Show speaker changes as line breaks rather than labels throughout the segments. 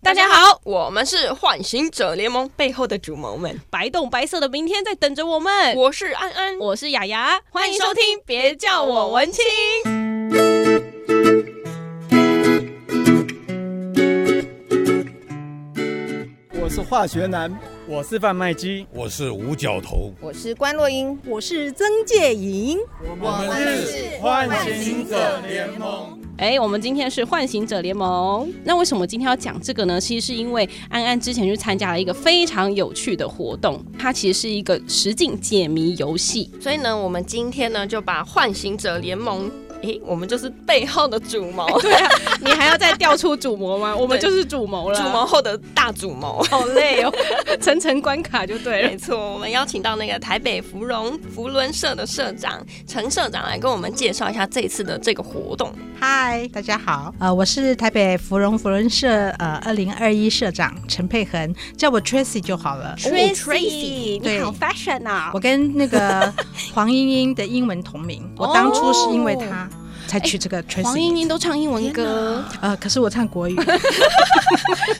大家好，我们是唤醒者联盟背后的主谋们，
白洞白色的明天在等着我们。
我是安安，
我是雅雅，
欢迎收听，别叫我文青。
我是化学男，
我是贩卖机，
我是五角头，
我是关洛英，
我是曾介莹，
我们是唤醒者联盟。
哎、欸，我们今天是唤醒者联盟。那为什么今天要讲这个呢？其实是因为安安之前去参加了一个非常有趣的活动，它其实是一个实境解谜游戏。
所以呢，我们今天呢就把唤醒者联盟，诶、欸，我们就是背后的主谋。
对啊， 你还要再调出主谋吗？我们就是主谋了，
主谋后的大主谋。
好累哦，层层关卡就对了。
没错，我们邀请到那个台北芙蓉福伦社的社长陈社长来跟我们介绍一下这次的这个活动。
嗨。嗨，大家好，
呃，我是台北芙蓉芙蓉社呃二零二一社长陈佩恒，叫我 Tracy 就好了。
Tracy，, Tracy 你好 fashion 啊！
我跟那个黄莺莺的英文同名，我当初是因为她。Oh. 才取这个、欸。
黄莺莺都唱英文歌，
呃，可是我唱国语，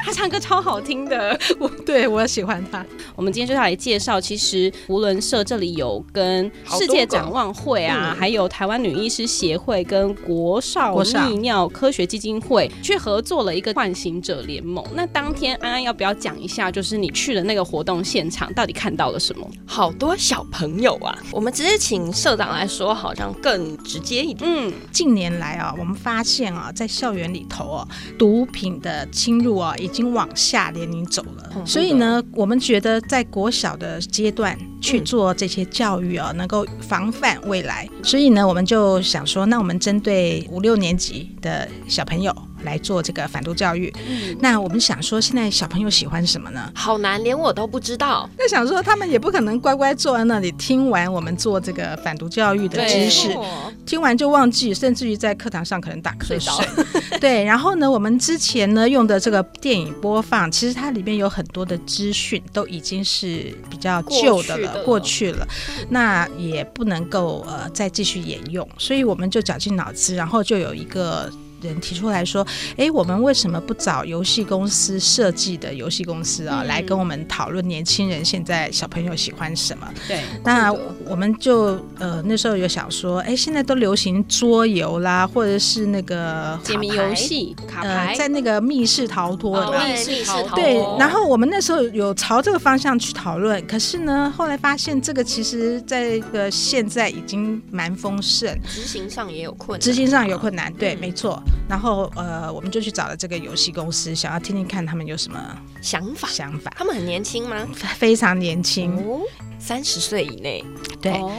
她唱歌超好听的，
我对我喜欢她。
我们今天就要来介绍，其实福伦社这里有跟世界展望会啊，还有台湾女医师协会跟国少泌尿科学基金会去合作了一个唤醒者联盟。那当天安安要不要讲一下，就是你去的那个活动现场到底看到了什么？
好多小朋友啊，我们直接请社长来说，好像更直接一点。嗯。
近年来啊、哦，我们发现啊、哦，在校园里头哦，毒品的侵入啊、哦，已经往下年龄走了。嗯、所以呢，我们觉得在国小的阶段去做这些教育啊，嗯、能够防范未来。所以呢，我们就想说，那我们针对五六年级的小朋友。来做这个反毒教育，嗯、那我们想说，现在小朋友喜欢什么呢？
好难，连我都不知道。
那想说，他们也不可能乖乖坐在那里听完我们做这个反毒教育的知识，听完就忘记，甚至于在课堂上可能打瞌睡。 对，然后呢，我们之前呢用的这个电影播放，其实它里面有很多的资讯都已经是比较旧的了，过去了，那也不能够呃再继续沿用，所以我们就绞尽脑汁，然后就有一个。人提出来说：“哎，我们为什么不找游戏公司设计的游戏公司啊，嗯、来跟我们讨论年轻人现在小朋友喜欢什么？”
对，
那我们就呃那时候有想说，哎，现在都流行桌游啦，或者是那个
解谜游戏、卡牌，哦
呃、在那个密室逃脱、
哦、密室逃脱
对。然后我们那时候有朝这个方向去讨论，可是呢，后来发现这个其实在个现在已经蛮丰盛，
执行上也有困难，
执行上有困难，对，嗯、没错。然后呃，我们就去找了这个游戏公司，想要听听看他们有什么
想法。
想法，
他们很年轻吗？
非常年轻，
三十、哦、岁以内。
对。哦、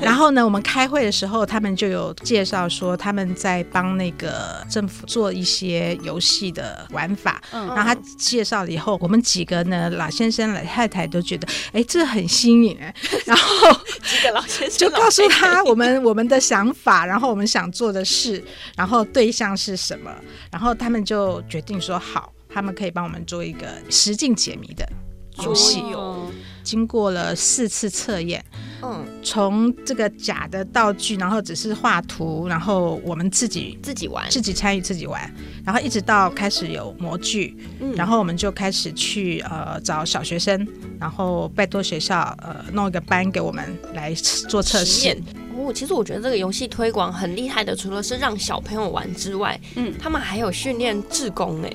然后呢，我们开会的时候，他们就有介绍说他们在帮那个政府做一些游戏的玩法。嗯。然后他介绍了以后，我们几个呢，老先生、老太太都觉得，哎，这很新颖哎。然后
几个老先生哎
就告诉他我们我们的想法，然后我们想做的事，然后对。像是什么，然后他们就决定说好，他们可以帮我们做一个实境解谜的游戏。
哦、
经过了四次测验，嗯，从这个假的道具，然后只是画图，然后我们自己
自己玩，
自己参与自己玩，然后一直到开始有模具，嗯、然后我们就开始去呃找小学生，然后拜托学校呃弄一个班给我们来做测试。
哦，其实我觉得这个游戏推广很厉害的，除了是让小朋友玩之外，嗯，他们还有训练志工哎，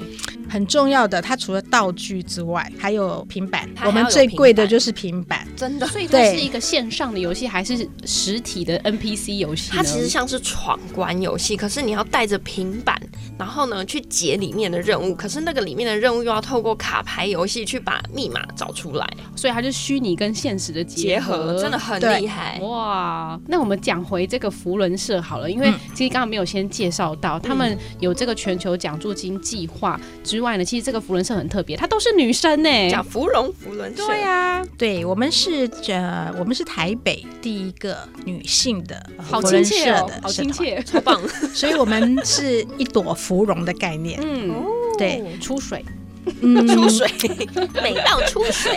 很重要的。它除了道具之外，还有平板，
平板
我们最贵的就是平板，
真的。
所以它是一个线上的游戏，还是实体的 NPC 游戏？
它其实像是闯关游戏，可是你要带着平板，然后呢去解里面的任务。可是那个里面的任务又要透过卡牌游戏去把密码找出来，
所以它是虚拟跟现实的
结
合，結合
真的很厉害
哇！那我们。我们讲回这个福伦社好了，因
嗯
为其实刚刚没有先介绍到，嗯、他们有这个全球奖助金计划之外呢，其实这个福伦社很特别，它都是女生呢、欸。
讲芙蓉福伦社，
对呀、啊，
对我们是呃，我们是台北第一个女性的
好亲切哦，好亲切，
超 棒！
所以我们是一朵芙蓉的概念，嗯，对，
出水。
嗯，出水， 美到出水。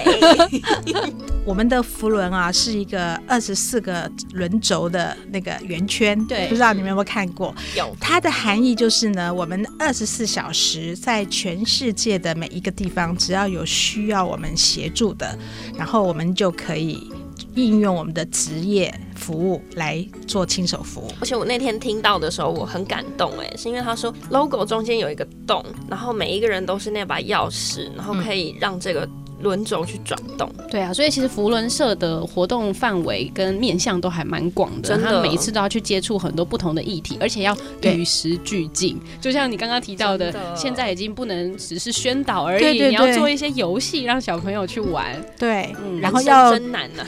我们的符轮啊，是一个二十四个轮轴的那个圆圈，
对
不知道你们有没有看过？
有
它的含义就是呢，我们二十四小时在全世界的每一个地方，只要有需要我们协助的，然后我们就可以应用我们的职业服务来做亲手服务。
而且我那天听到的时候，我很感动哎，是因为他说 logo 中间有一个洞，然后每一个人都是那把钥匙，然后可以让这个轮轴去转动。
嗯
对啊，所以其实福伦社的活动范围跟面向都还蛮广的，
真的
他每一次都要去接触很多不同的议题，而且要
对
与时俱进。就像你刚刚提到的，
真的
现在已经不能只是宣导而已，
对对
你要
对
做一些游戏让小朋友去玩，
对，
嗯
然后
人
要
生真难啊呢、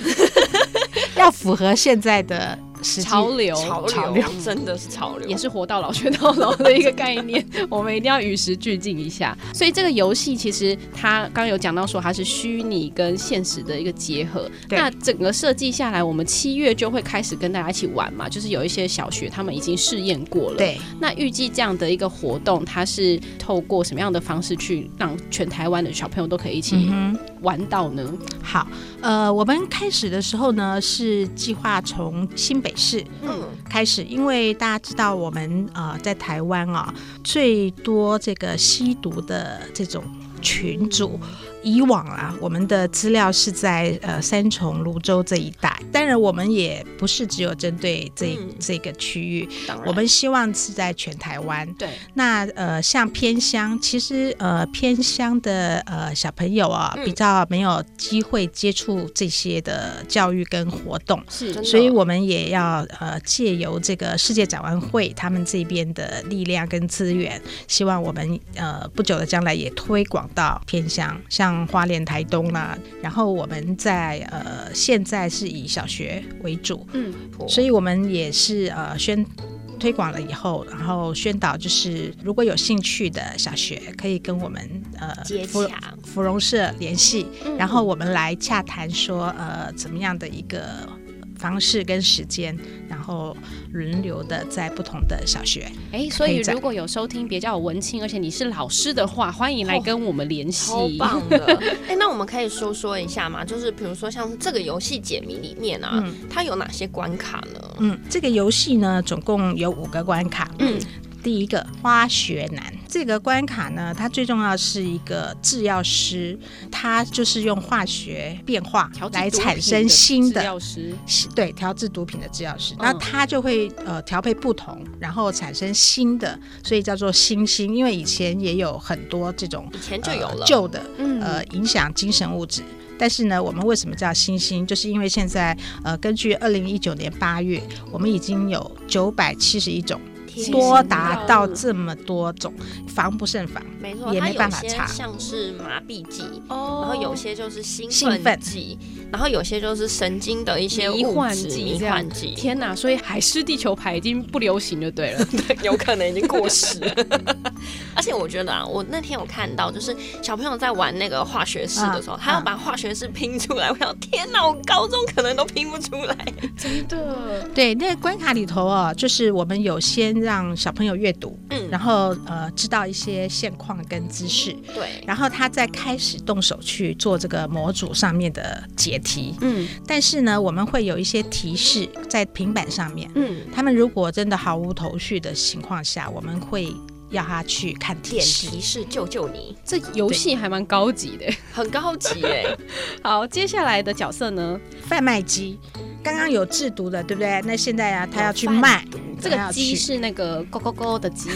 要符合现在的实际。
潮流。
潮
潮
流真的是潮流，
也是活到老学到老的一个概念， 我们一定要与时俱进一下。所以这个游戏其实它刚有讲到说它是虚拟跟现实的一个结合。
对
那整个设计下来，我们七月就会开始跟大家一起玩嘛，就是有一些小学他们已经试验过了。，
对，
那预计这样的一个活动，它是透过什么样的方式去让全台湾的小朋友都可以一
嗯
起
哼。
玩到呢？
好，呃，我们开始的时候呢，是计划从新北市
嗯，
开始，因为大家知道我们呃在台湾啊、最多这个吸毒的这种群组。以往啊，我们的资料是在呃三重、泸州这一带，当然我们也不是只有针对这、
嗯
这个区域，
当然
我们希望是在全台湾。
对，
那呃，像偏乡，其实呃偏乡的呃小朋友啊，
嗯
比较没有机会接触这些的教育跟活动。
是
真的
所以，我们也要呃借由这个世界展望会他们这边的力量跟资源，希望我们呃不久的将来也推广到偏乡，像花莲、台东啦、然后我们在呃现在是以小学为主，
哦
嗯，
所以我们也是呃宣推广了以后，然后宣导就是如果有兴趣的小学可以跟我们呃
接
芙
洽
芙蓉社联系，
嗯
然后我们来洽谈说呃怎么样的一个。方式跟时间，然后轮流的在不同的小学，
哎，所以
可以展
如果有收听别叫我文青，而且你是老师的话，欢迎来跟我们联系。
超棒的。 哎、那我们可以说说一下吗？就是比如说像是这个游戏解谜里面啊，它有哪些关卡呢？
嗯，这个游戏呢总共有五个关卡，
嗯，
第一个花学男这个关卡呢，它最重要是一个制药师，他就是用化学变化
调制
来
毒
产
品
生新
制
的。
药师
新对调制毒品的制药师，
嗯
那他就会呃调配不同，然后产生新的，所以叫做新星。因为以前也有很多这种
以前就有了，
呃旧的，
嗯
呃，影响精神物质。但是呢，我们为什么叫新兴？就是因为现在，呃，根据二零一九年八月，我们已经有九百七十一种，
天
多
哪
达到这么多种，防不胜防。
没错，
也
它
没
有
办法
些
查
像是麻痹剂，
哦
然后有些就是兴
兴奋
剂，然后有些就是神经的一些
迷
物
幻
质
剂
迷
这样
幻剂，
天哪！所以海狮地球牌已经不流行就对了。
有可能已经过时 了。 而且我觉得啊，我那天有看到，就是小朋友在玩那个化学式的时候，
嗯
他要把化学式拼出来。我想，天哪，我高中可能都拼不出来。
真 的，
对，那个关卡里头啊，就是我们有先让小朋友阅读，
嗯
然后呃，知道一些现况跟知识，
对，
然后他再开始动手去做这个模组上面的解题。
嗯
但是呢，我们会有一些提示在平板上面。
嗯，
他们如果真的毫无头绪的情况下，我们会要他去看提
点
示。
提示救救你，
这游戏还蛮高级的。
很高级哎、
好，接下来的角色呢？
贩卖机刚刚有制毒的，对不对？那现在啊，他要去
贩
卖
这
他
个
要
鸡
去
是那个“勾勾勾”的鸡，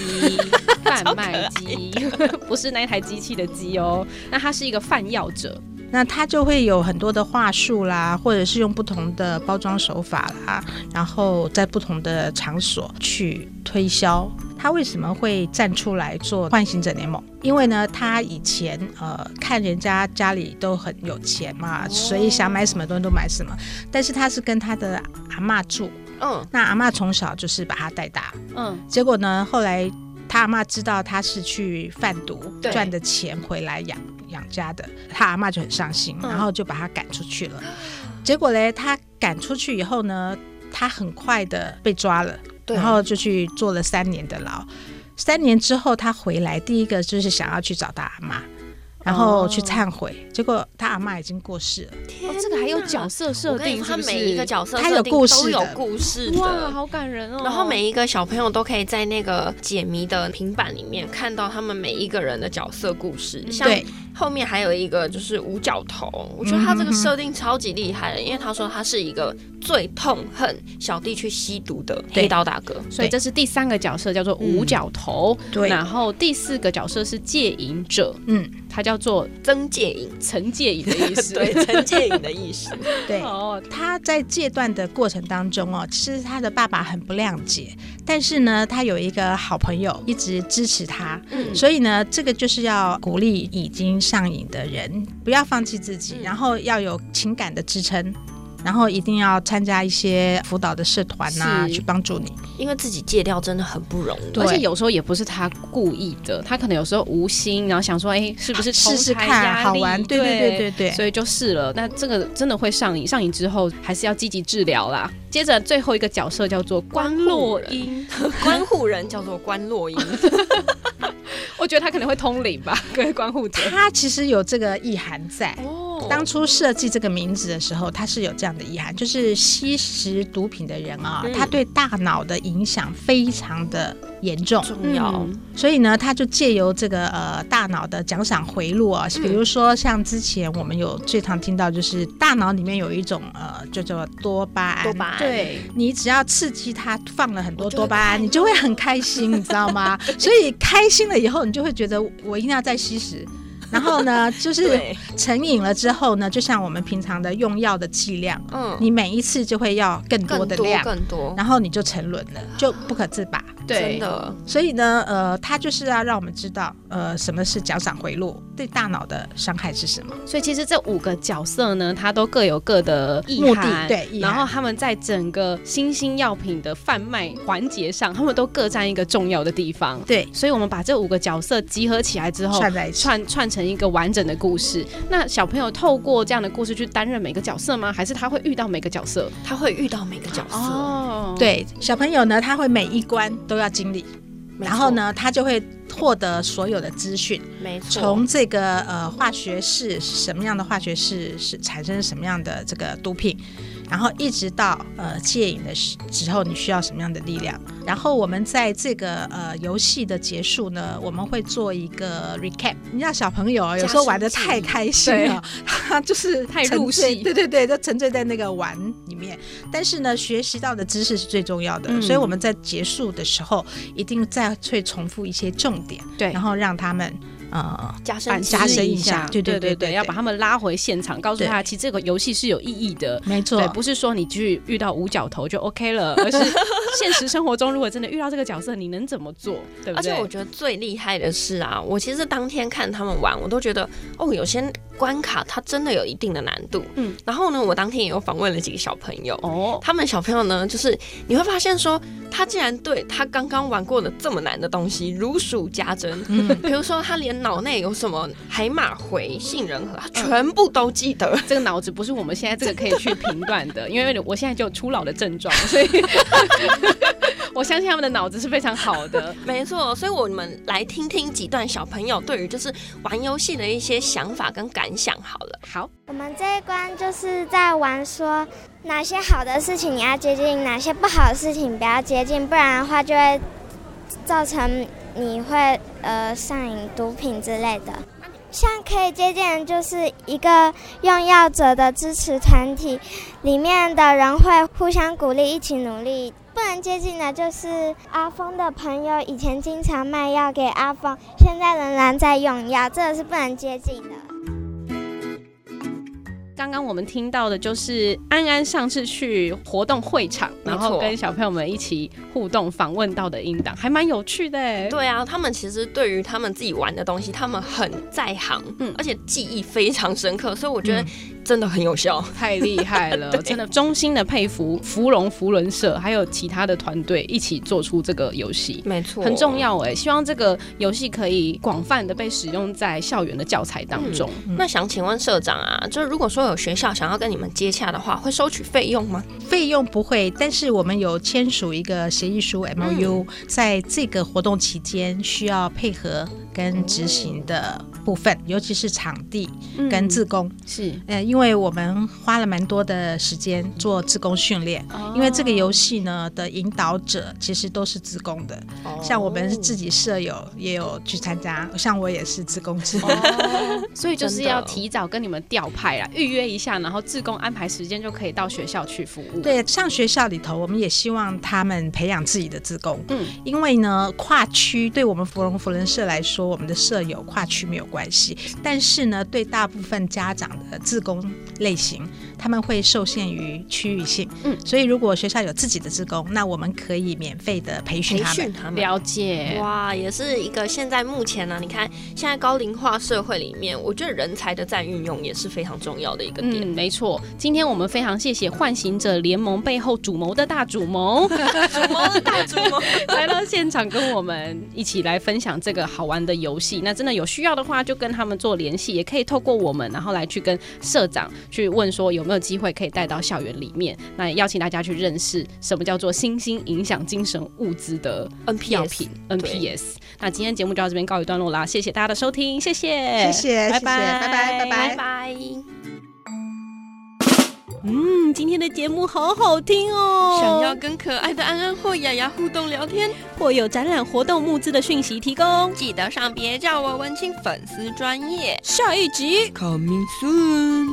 贩卖机， 不是那一台机器的鸡哦。那它是一个贩药者，
那他就会有很多的话术啦，或者是用不同的包装手法啦，然后在不同的场所去推销。他为什么会站出来做唤醒者联盟？因为呢，他以前呃看人家家里都很有钱嘛，所以想买什么东西都买什么。但是他是跟他的阿嬷住，
嗯，
那阿嬷从小就是把他带大，
嗯，
结果呢，后来他阿嬷知道他是去贩毒
对
赚的钱回来养养家的，他阿嬷就很伤心，
嗯
然后就把他赶出去了。结果嘞，他赶出去以后呢，他很快的被抓了，
对
然后就去坐了三年的牢。三年之后，他回来，第一个就是想要去找他阿妈，然后
哦
去忏悔。结果他阿妈已经过世了，
天
哦
哪，
这个还有角色
我
设
跟你
定
说他
是不是，
每一个角色
它有
设定
故事
都有
的
故事
哇，
的。
好感人哦。
然后每一个小朋友都可以在那个解谜的平板里面看到他们每一个人的角色故事。像
对
后面还有一个就是五角头，我觉得他这个设定超级厉害的，因为他说他是一个最痛恨小弟去吸毒的
对
黑道大哥。
所以这是第三个角色叫做五角头，
对
然后第四个角色是戒瘾者，
嗯，
他叫做
曾介颖，
曾戒瘾的意 思。
对，曾介颖的意思。
对。
哦，
他在戒断的过程当中哦，其实他的爸爸很不谅解，但是呢，他有一个好朋友一直支持他，
嗯
所以呢，这个就是要鼓励已经上瘾的人不要放弃自己，
嗯
然后要有情感的支撑，然后一定要参加一些辅导的社团呐、
是
去帮助你。
因为自己戒掉真的很不容易。
对
而且有时候也不是他故意的，他可能有时候无心，然后想说，哎，是不是
啊试试
同台
看，
压
好
力
玩，对对对对对。
所以就试了。那这个真的会上瘾，上瘾之后还是要积极治疗啦。接着最后一个角色叫做关洛英，
关护人叫做关 洛英，
我觉得他可能会通灵吧，各位关护者。
他其实有这个意涵在。
哦
当初设计这个名字的时候，它是有这样的意涵，就是吸食毒品的人啊、
嗯
他对大脑的影响非常的严重，
重要。
嗯
所以呢，他就借由这个呃大脑的奖赏回路啊，比如说像之前我们有最常听到，就是大脑里面有一种呃叫做多巴胺，
多巴胺，
对，
你只要刺激它放了很多
我就
多巴胺，
会
你就会很开心，你知道吗？所以开心了以后，你就会觉得我一定要再吸食。然后呢，就是
对，
成瘾了之后呢，就像我们平常的用药的剂量，
嗯，
你每一次就会要更多
更
的
多
量，
更多，
然后你就沉沦了，就不可自拔。
哎
真的
所以呢，呃，它就是要让我们知道，呃，什么是奖赏回路，对大脑的伤害是什么。
所以其实这五个角色呢，它都各有各的意
目的
涵，
对意
然
涵
后他们在整个新兴药品的贩卖环节上，他们都各占一个重要的地方。
对，
所以我们把这五个角色集合起来之后，
串在一起
串串成一个完整的故事。那小朋友透过这样的故事去担任每个角色吗？还是他会遇到每个角色？
他会遇到每个角色，
哦，
对，小朋友呢，他会每一关都要经历，
没错
然后，呢，他就会获得所有的资讯。
没错，
从这个呃化学式什么样的化学式是产生什么样的这个毒品，然后一直到呃戒瘾的时时候，你需要什么样的力量？然后我们在这个呃游戏的结束呢，我们会做一个 recap。你知道小朋友啊有时候玩的太开心了，他就是
太
沉
入
醉
戏
对对对，就沉醉在那个玩里面。但是呢，学习到的知识是最重要
嗯
的，所以我们在结束的时候一定再会重复一些重点，
对
然后让他们呃。
加深
反
记
加
忆
深
一
一下对对
对
对对
对，要把他们拉回现场，告诉
对
他其实这个游戏是有意义的。
没错
对，，不是说你去遇到五角头就 OK 了，而是现实生活中如果真的遇到这个角色，你能怎么做？对不
而
对？
且我觉得最厉害的是啊，我其实当天看他们玩，我都觉得哦，有些关卡它真的有一定的难度。
嗯
嗯，然后呢，我当天也有访问了几个小朋友。
哦，
他们小朋友呢，就是你会发现说，他竟然对他刚刚玩过的这么难的东西如数家珍。
嗯，
比如说，他连脑内有什么海马回、杏仁核，他
嗯
全部都记得。
这个脑子不是我们现在这个可以去评断的，因为我现在就有初老的症状，所以 我相信他们的脑子是非常好的。
没错，所以我们来听听几段小朋友对于就是玩游戏的一些想法跟感想好了。
好，
我们这一关就是在玩说哪些好的事情你要接近，哪些不好的事情不要接近，不然的话就会造成你会呃上瘾毒品之类的。像可以接近的就是一个用药者的支持团体，里面的人会互相鼓励，一起努力。不能接近的就是阿峰的朋友，以前经常卖药给阿峰，现在仍然在用药，这个是不能接近的。
刚刚我们听到的就是安安上次去活动会场，
没
然
错
后跟小朋友们一起互动访问到的音档，还蛮有趣的欸。
对啊，他们其实对于他们自己玩的东西，他们很在行，
嗯
而且记忆非常深刻，所以我觉得真的很有效。
太厉害 了，
对
真的衷心的佩服芙蓉福伦社还有其他的团队一起做出这个游戏。
嗯没错
很重。要哎、希望这个游戏可以广泛的被使用在校园的教材当中。
那想请问社长啊，就是如果说有学校想要跟你们接洽的话，会收取费用吗？
费用不会，但是我们有签署一个协议书 M O U，、在这个活动期间需要配合跟执行的部分，尤其是场地
嗯
跟自工。
是，
呃，因为我们花了蛮多的时间做自工训练，
哦
因为这个游戏呢的引导者其实都是自工的，
哦
像我们是自己舍友也有去参加，像我也是自工之一。
哦 所以就是
真的
要提早跟你们调派啦，预约一下，然后志工安排时间就可以到学校去服务。，
对，像学校里头，我们也希望他们培养自己的自工，
嗯，
因为呢，跨区对我们芙蓉福人社来说，我们的舍友跨区没有关系，但是呢，对大部分家长的自工类型，他们会受限于区域性，
嗯
所以如果学校有自己的自工，那我们可以免费的培训
培
他们
训，他们。
了解。
哇，也是一个现在目前呢、啊你看现在高龄化社会里面，我觉得人才的再运用也是非常重要的一个点。
嗯，没错。今天我们非常谢谢唤醒者联盟背后主谋的大主谋
主谋的大主谋，
来到现场，跟我们一起来分享这个好玩的游戏。那真的有需要的话，就跟他们做联系，也可以透过我们，然后来去跟社长去问说有没有机会可以带到校园里面。那也邀请大家去认识什么叫做新兴影响精神物资的
NPS
药嗯品 NPS。那今天节目就到这边告一段落啦，谢谢大家的收听，谢谢，
谢谢
拜拜，
谢谢拜拜拜
拜拜。
嗯，今天的节目好好听哦。
想要跟可爱的安安或雅雅互动聊天，
或有展览活动募资的讯息提供，
记得上别叫我文青粉丝专业。
下一集
Coming soon。